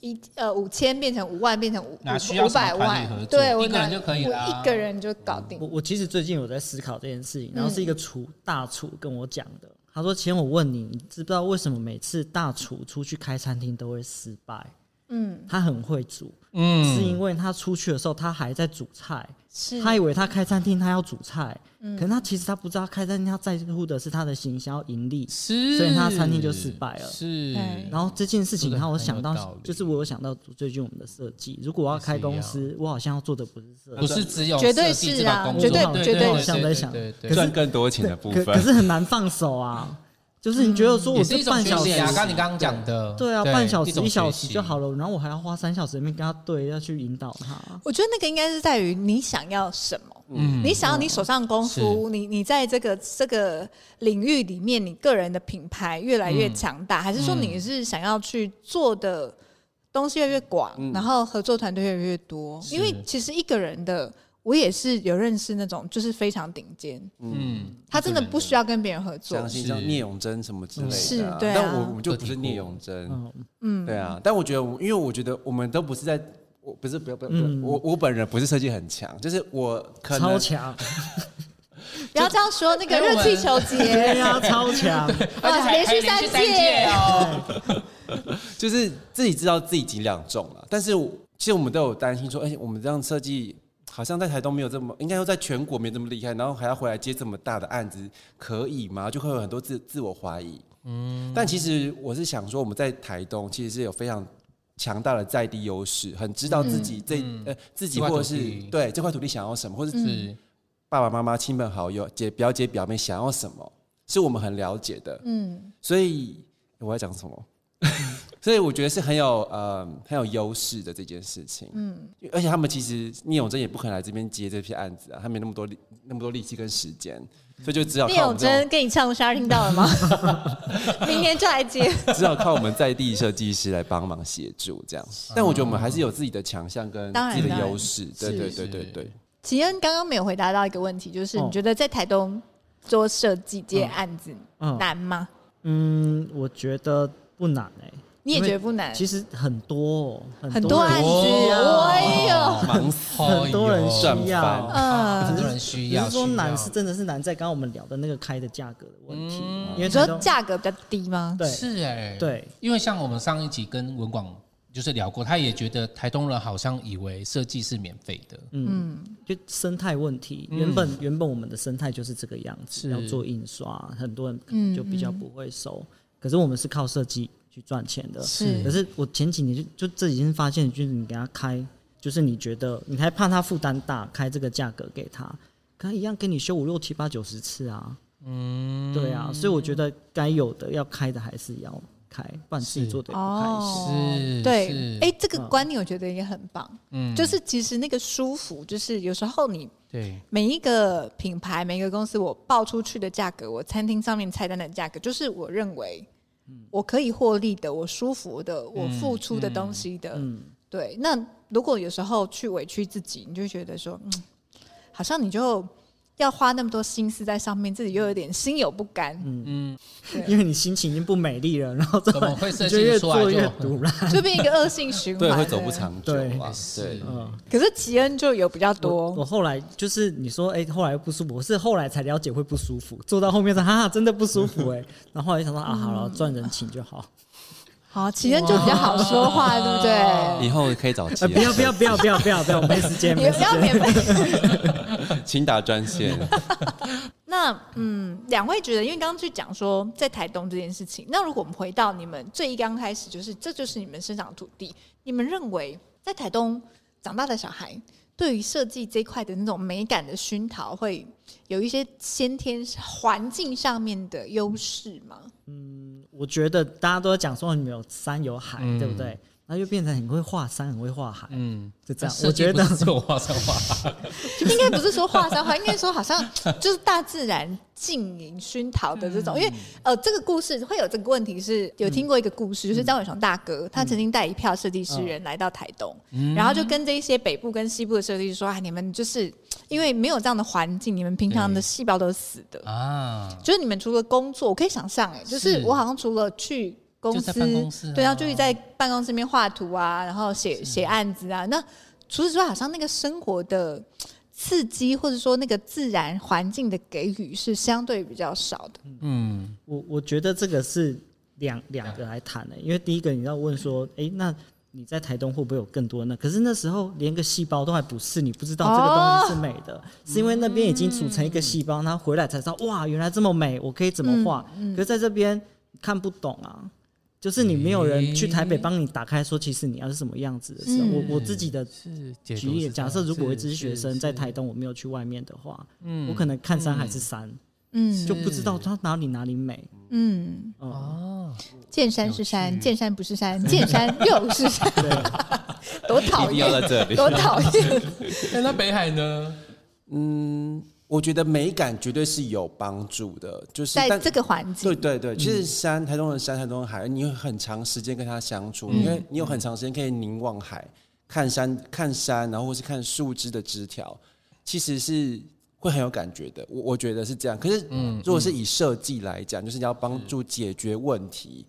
一呃五千变成五万，变成五
哪需要
五百
什么团体合
万，
作
对我
一个人
拿
就可以啊啦
我一个人就搞定
我。我其实最近有在思考这件事情，然后是一
嗯
个厨大厨跟我讲的，他说：“前我问你，你知不知道为什么每次大厨出去开餐厅都会失败？
嗯，
他很会煮，是
嗯，
因为他出去的时候他还在煮菜，
是嗯
他以为他开餐厅他要煮菜，可是他其实他不知道开餐厅他在乎的是他的行销盈利，
是
所以他餐厅就失败了嗯
是，
对
然后这件事情
说得
让我
很
想
有道
到
理，
就是我有想到最近我们的设计，如果我要
也是
开
一
公
样
司，我好像要做的不是设
不
计，
是只有
绝对
设计
是
这个
啊
工作
绝对
对
绝对
对
是
对
在想
对对
可是
赚更多钱的部
可
分。
可是很难放手啊。 就是你觉得说
也
我
是
这
一种
半
训
小时
练啊，刚刚你刚刚讲的，
对啊，半小时
种
一小
学
时
习
就好了，然后我还要花三小时在那边跟他对，要去引导他。
我觉得那个应该是在于你想要什么。
嗯
你想要你手上功夫，你你在这个这个领域里面，你个人的品牌越来越强
嗯
大，还是说你是想要去做的东西越来越广，
嗯
然后合作团队越来越多？因为其实一个人的，我也是有认识那种，就是非常顶尖，
嗯，
他真的不需要跟别人合作
相。信像
是
聂永真什么之类的、
是对啊
但我我们就不是聂永真，
嗯，
嗯，
对啊。但我觉得我，因为我觉得我们都不是在，我不是不要不要，不要
嗯
我我本人不是设计很强，就是我可
超
能
强，
不要这样说。那个
哎我们
热气球节
对呀、超强。
而且
哇，
还
啊连
还
续
连
三
续三届哦，
就是自己知道自己几两重了，但是我其实我们都有担心说，哎、我们这样设计好像在台东没有这么，应该说在全国没这么厉害，然后还要回来接这么大的案子，可以吗？就会有很多自自我怀疑。嗯，但其实我是想说，我们在台东其实是有非常强大的在地优势，很知道自己这、呃自己
嗯这块
或者
土
是
地嗯
对这块土地想要什么，或者
是
爸爸妈妈、亲朋好友、姐表姐表妹想要什么，是我们很了解的。
嗯，
所以我要讲什么？ 所以我觉得是很有呃很有优势的这件事情。嗯，而且他们其实聂永真也不可能来这边接这批案子啊，他没那么多力那么多力气跟时间，所以就只好
聂
靠我
永
们这
真跟你唱沙听到了 吗？明天就来接。
种， 只好靠我们在地设计师来帮忙协助这样。但我觉得我们还是有自己的强项跟
当然
自己的
当然
优势，对
是
对
是
对对对。
齐恩刚刚没有回答到一个问题，就是
哦
你觉得在台东做设计接案子
嗯
难吗？
嗯，我觉得不难哎、
你也
因为
觉得不难？
其实很多哦、
很多案
人
子，
哦
哎呦，
忙死，
很
很多人
赚
需
翻
要。
啊，很
嗯，
多人需
只
要。
是说
需要
难是真的是难在刚刚我们聊的那个开的价格的问题，
嗯
因
你
为台
说
东
价格比较低吗？
对
是哎，
对，
因为像我们上一集跟文广就是聊过，他也觉得台东人好像以为设计是免费的，
嗯就生态问题，原本、原本我们的生态就是这个样
嗯
子，
是
要做印刷，很多人可能就比较不会收，可是我们是靠设计去赚钱的。
嗯是
可是我前几年就就这已经发现，就是你给他开，就是你觉得你还怕他负担大，开这个价格给他，可他一样给你修五六七八九十次啊。嗯，对啊，所以我觉得该有的要开的还是要开，不然自己
是哦
做的也不开心。
是
哦对
是，
哎，这个
嗯
观念我觉得也很棒。
嗯
就是其实那个舒服，就是有时候你
对，
每一个品牌、每一个公司，我报出去的价格，我餐厅上面菜单的价格，就是我认为
嗯
我可以获利的，我舒服的，我付出的东西的。
嗯
对。那如果有时候去委屈自己，你就会觉得说，嗯，好像你就要花那么多心思在上面，自己又有点心有不甘，
嗯因为你心情已经不美丽了，然后
怎么会设
你就
计
越
出来
做
就
越毒辣。
就变一个恶性循环。
对，会走不。长久
对
啊。对
是，
嗯，
可是奇恩就有比较
我
多
我后来就是你说，哎、后来不舒服，我是后来才了解会不舒服，做到后面说，哈哈，真的不舒服哎、然后后来想到啊，好了，赚人情就好。
好，奇恩就比较好说话，对不对？
以后可以找齐
呃，
安。
不要不要 不要不要不要不要，没时间
也
没时
不要
间。
免费。
请打专线。
那嗯，两位觉得，因为刚刚去讲说在台东这件事情，那如果我们回到你们最一刚开始，就是这就是你们生长的土地，你们认为在台东长大的小孩对于设计这一块的那种美感的熏陶，会有一些先天环境上面的优势吗？
我觉得大家都在讲说你们有山有海，对不对？然后就变成很会画山，很会画海，
嗯，
就这样。
设
我
计
觉得
不是只有画上 画，
应该不是说画山画，应该说好像就是大自然静营熏陶的这种。因为呃，这个故事会有这个问题是，有听过一个故事，就是张伟雄大哥，他曾经带一票设计师人来到台东，然后就跟这一些北部跟西部的设计师说：“啊，你们就是因为没有这样的环境，你们平常的
对
细胞都是死的，
啊，
就是你们除了工作，我可以想象，哎，就是
是
我好像除了去公
就
司，
在办公室啊
对啊，就是在办公室里面画图啊，然后写写案子啊。那除此之外，好像那个生活的刺激，或者说那个自然环境的给予是相对比较少的。
嗯，
我我觉得这个是两两个来谈的、因为第一个你要问说，诶，那你在台东会不会有更多呢？可是那时候连个细胞都还不是，你不知道这个东西是美的，是因为那边已经组成一个细胞，他回来才知道，哇，原来这么美，我可以怎么画？可是在这边看不懂啊。就是你没有人去台北帮你打开说，其实你要是什么样子的时候，我我自己的
是解
举
读
例，
是这
假
样
设如果我一
是
直学
是
生在
是
台东，我没有去外面的话，
嗯
我可能看山还是山，
嗯
就不知道它哪里哪里美。
嗯，
嗯，
哦，
见山是山，见山不是山，见山又是山， 多
一
讨
定要在
厌，
这 里。
多讨厌。
哎那北海 呢？
嗯，我觉得美感绝对是有帮助的，就是
在
但
这个环
对
境，
对对，其实山台东的山、台东的海，你有很长时间跟它相
嗯
处，因为你有很长时间可以凝望海，看山看山，然后或是看树枝的枝条，其实是会很有感觉的。我我觉得是这样。可是，
嗯
如果是以设计来讲，就是你要帮助解决问题，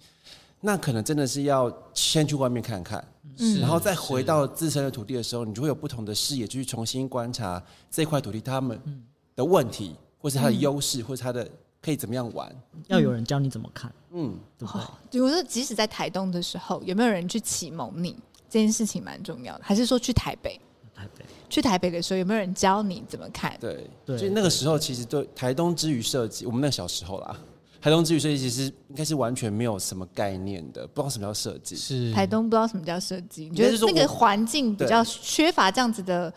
那可能真的是要先去外面看看。
嗯
然后再回到自身的土地的时候，你就会有不同的视野，去重新观察这块土地他们
嗯
的问题，或是它的优势，或是它的可以怎么样玩。
要有人教你怎么看，
嗯，
对不对？
哦，比如说，即使在台东的时候，有没有人去启蒙你这件事情蛮重要的，还是说去台北？
台北
去台北的时候，有没有人教你怎么看？
对，
对
所以那个时候其实对台东之于设计，我们那个小时候啦， 台东之于设计其实应该是完全没有什么概念的，不知道什么叫设计。
是
台东不知道什么叫设计，你
嗯应
觉
该
得
是说
那个
我
环境比较缺乏这样子的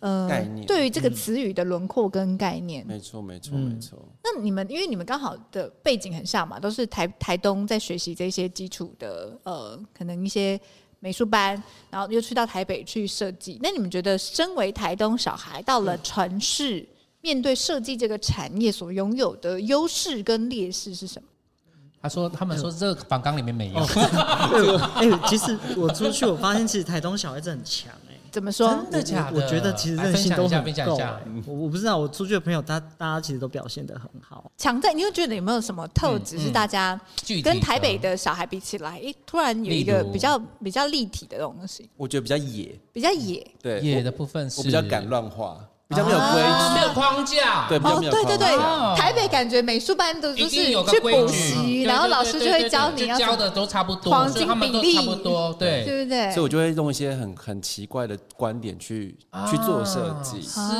呃
概念嗯
对于这个词语的轮廓跟概念。
没错，没错，
嗯
没错。
那你们因为你们刚好的背景很像嘛，都是台台东在学习这些基础的呃，可能一些美术班，然后又去到台北去设计。那你们觉得，身为台东小孩到了城市？面对设计这个产业所拥有的优势跟劣势是什么？
他说他们说这个房缸里面没有
哦，对，哎、其实我出去，我发现其实台东小孩子很强哎、
怎么说？
真的假的？
我觉得其实
来
韧性都很
分享
够、
一下，分享
哎
一下。
我我不知道，我出去的朋友，他大家其实都表现得很好。
强在，你会觉得有没有什么特
嗯
质是大家
具体
跟台北的小孩比起来，诶，突然有一
例
个
如
比较比较立体的东西，
我觉得比较野，
比较野。
对
野的部分是
我比较敢乱画，比较没有规
啊
矩，
没有框架，
对，比较
哦，
没有
对
框
对
架。
对
哦，
台北感觉美术班的就
一
是
定有个
去
规
补
矩，
习，
对
然后老师
对
就
对
会教
对
你要
就
怎
教
么，
的都差不多，
黄金
所以他们都
比例
差不多，对，
对不对？
所以我就会用一些很很奇怪的观点去去做设计。
啊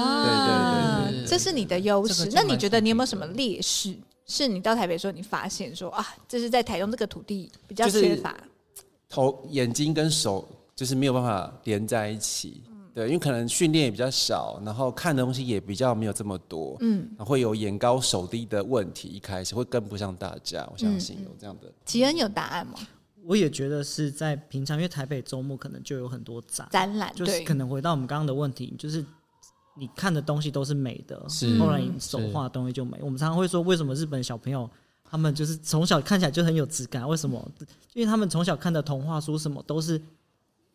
对
对
对对
这是你的优势
这。个
那
就
你觉得你有没有什么
蛮
劣势？是你到台北说你发现说啊，这是在台东这个土地比较
就是
缺乏，
头、眼睛跟手就是没有办法连在一起。对，因为可能训练也比较少，然后看的东西也比较没有这么多，嗯，会有眼高手低的问题，一开始会跟不上大家，我相信有这样的。
奇恩有答案吗？
我也觉得是在平常，因为台北周末可能就有很多展，
展览
就是
对
可能回到我们刚刚的问题，就是你看的东西都是美的，
是
后来你手画的东西就美。我们常常会说，为什么日本小朋友他们就是从小看起来就很有质感？为什么？因为他们从小看的童话书什么都是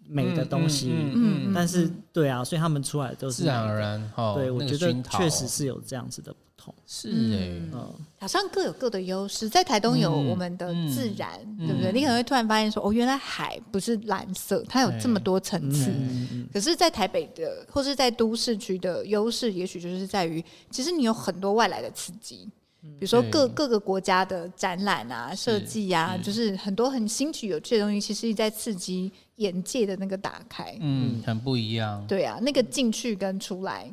美的东西，
嗯，
但是对啊，所以他们出来都是
自然而然哈。
美的。对，我
那个
觉得
熏陶
确实是有这样子的不同。
是哎，
嗯，
好像各有各的优势，在台东有
嗯
我们的自然，
嗯
对不对？你可能会突然发现说，哦，原来海不是蓝色，它有这么多层次。
嗯
可是，在台北的或是在都市区的优势，也许就是在于，其实你有很多外来的刺激，比如说
对
各各个国家的展览啊、设计啊，就是很多很新奇有趣的东西，其实在刺激眼界的那个打开。
嗯，很不一样，
对啊，那个进去跟出来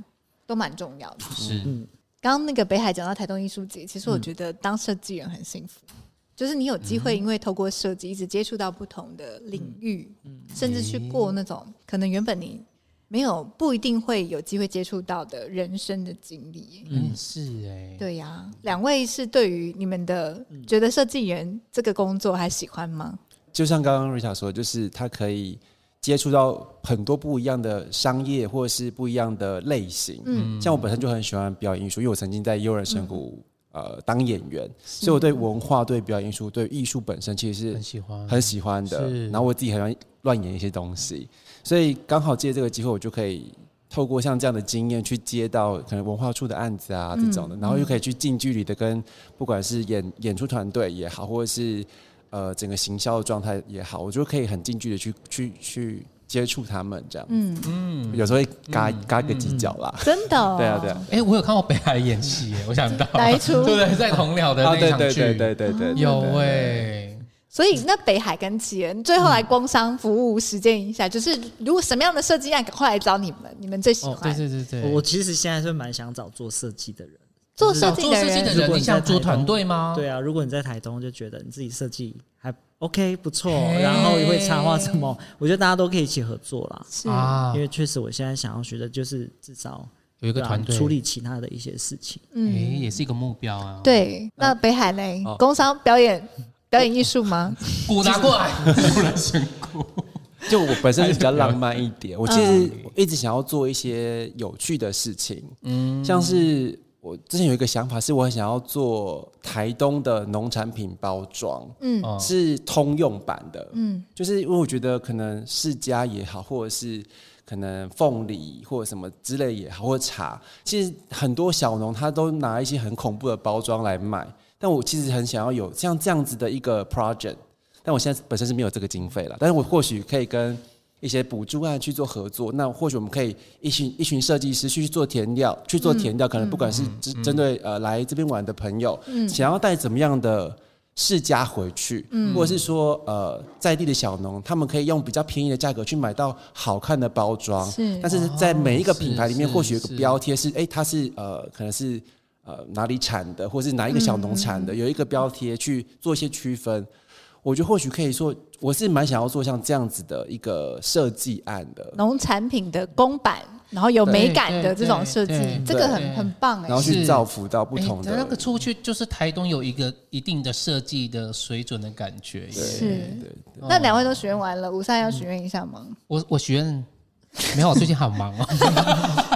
都蛮重要的。
是
嗯
刚刚那个北海讲到台东艺术节，其
嗯
实我觉得当设计人很幸福，就是你有机会因为透过设计一直接触到不同的领域，
嗯
甚至去过那种可能原本你没有不一定会有机会接触到的人生的经历。
嗯是哎，
对呀、两位是对于你们的
嗯
觉得设计人这个工作还喜欢吗？
就像刚刚 Rita 说，就是他可以接触到很多不一样的商业或者是不一样的类型。嗯，像我本身就很喜欢表演艺术，因为我曾经在悠人神谷、呃当演员，所以我对文化、对表演艺术、对艺术本身其实
很
是
喜欢，
很喜欢的。
是
然后我自己很喜欢乱演一些东西，所以刚好借这个机会，我就可以。透过像这样的经验去接到可能文化处的案子啊这种的，然后又可以去近距离的跟不管是演演出团队也好，或者是呃整个行销的状态也好，我觉得可以很近距离去去去接触他们这样，
嗯，哦
有时候会
嗯
嘎嘎个几脚啦，
真的、
对啊对啊，
哎，我有看过北海演戏欸耶，我想到
哪一出
对不对？在同僚的
啊
那
对
场
对对
剧，
对对对，对
有哎，
所以，那北海跟奇恩最后来工商服务实践一下，就是如果什么样的设计案，赶快来找你们，你们最喜欢。
哦，对对对对，
我我其实现在是蛮想找做设计的人。
做设
找
计
做
的
设计
人，
的
如
人，
果
你
你在
想组
台东
团队吗？
对啊，如果你在台东就觉得你自己设计还 OK 不错，
嘿
然后也会插画什么，我觉得大家都可以一起合作啦。
是
啊
因，为确实我现在想要学的就是至少啊
有一个团队
啊
处理其他的一些事情。
嗯，
哎，也是一个目标啊。，
对。那北海嘞，
哦
工商表演表演艺术吗？
鼓拿过来，不能先鼓。
就我本身是比较浪漫一点，我其实我一直想要做一些有趣的事情，嗯，像是我之前有一个想法，是我很想要做台东的农产品包装，
嗯
哦
是通用版的，
嗯
嗯，就是因为我觉得可能世家也好，或者是可能凤梨或者什么之类也好，或者茶，其实很多小农他都拿一些很恐怖的包装来卖，但我其实很想要有像这样子的一个 project，但我现在本身是没有这个经费了，但是我或许可以跟。一些补助啊案去做合作，那或许我们可以一群一群设计师去做填料，去做填料，可能不管是针针对呃来这边玩的朋友，想要带怎么样的世家回去，或者是说呃在地的小农，他们可以用比较便宜的价格去买到好看的包装，
是
但是在每一个品牌里面，
哦
或许有一个
是
标贴是哎、诶它是呃可能是呃哪里产的，或是哪一个小农产
嗯
的，有一个标贴去做一些区分。我觉得或许可以说，我是蛮想要做像这样子的一个设计案的，
农产品的公版，然后有美感的这种设计
对对，
这
对
个
对
很很棒
然后
哎。
去
是
造福到不同
哎
的。
那个出去就是台东有一个一定的设计的水准的感觉耶。
是
对，
那两位都许愿完了，吴三要许愿一下吗？
我我许愿没有，我最近 好忙哦。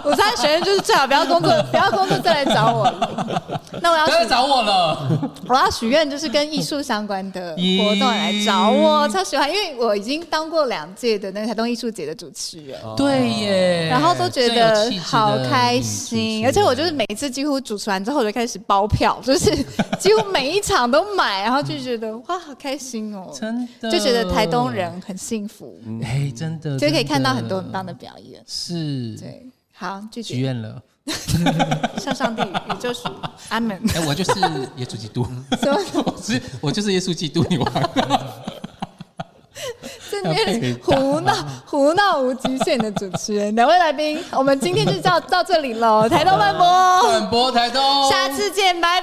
我三学院就是最好不要工 作，不要工作再来找我了。那我要
不要再
许，
找我了。
我要许愿，就是跟艺术相关的
咦
活动来找我，超喜欢，因为我已经当过两届的那个台东艺术节的主持人。
哦
对耶，
然后都觉
最有
得
气质的
好开
女
心，
主持
而且我就是每一次几乎主持完之后，我就开始包票， 就是几乎每一场都买，然后就觉得哇，好开心哦，
嗯真的
就觉得台东人很幸福，
哎，真的，
就可以
真的
看到很多很棒的表演。
是
对，好，拒
许
绝
愿了。
向上帝宇宙属阿门。
哎，我就是耶稣基督，
什么？
我是我就是耶稣基督，你 忘了？
这边胡闹胡闹无极限的主持人，两位来宾，我们今天就到到这里喽，台东漫播，
转播台东，
下次见，拜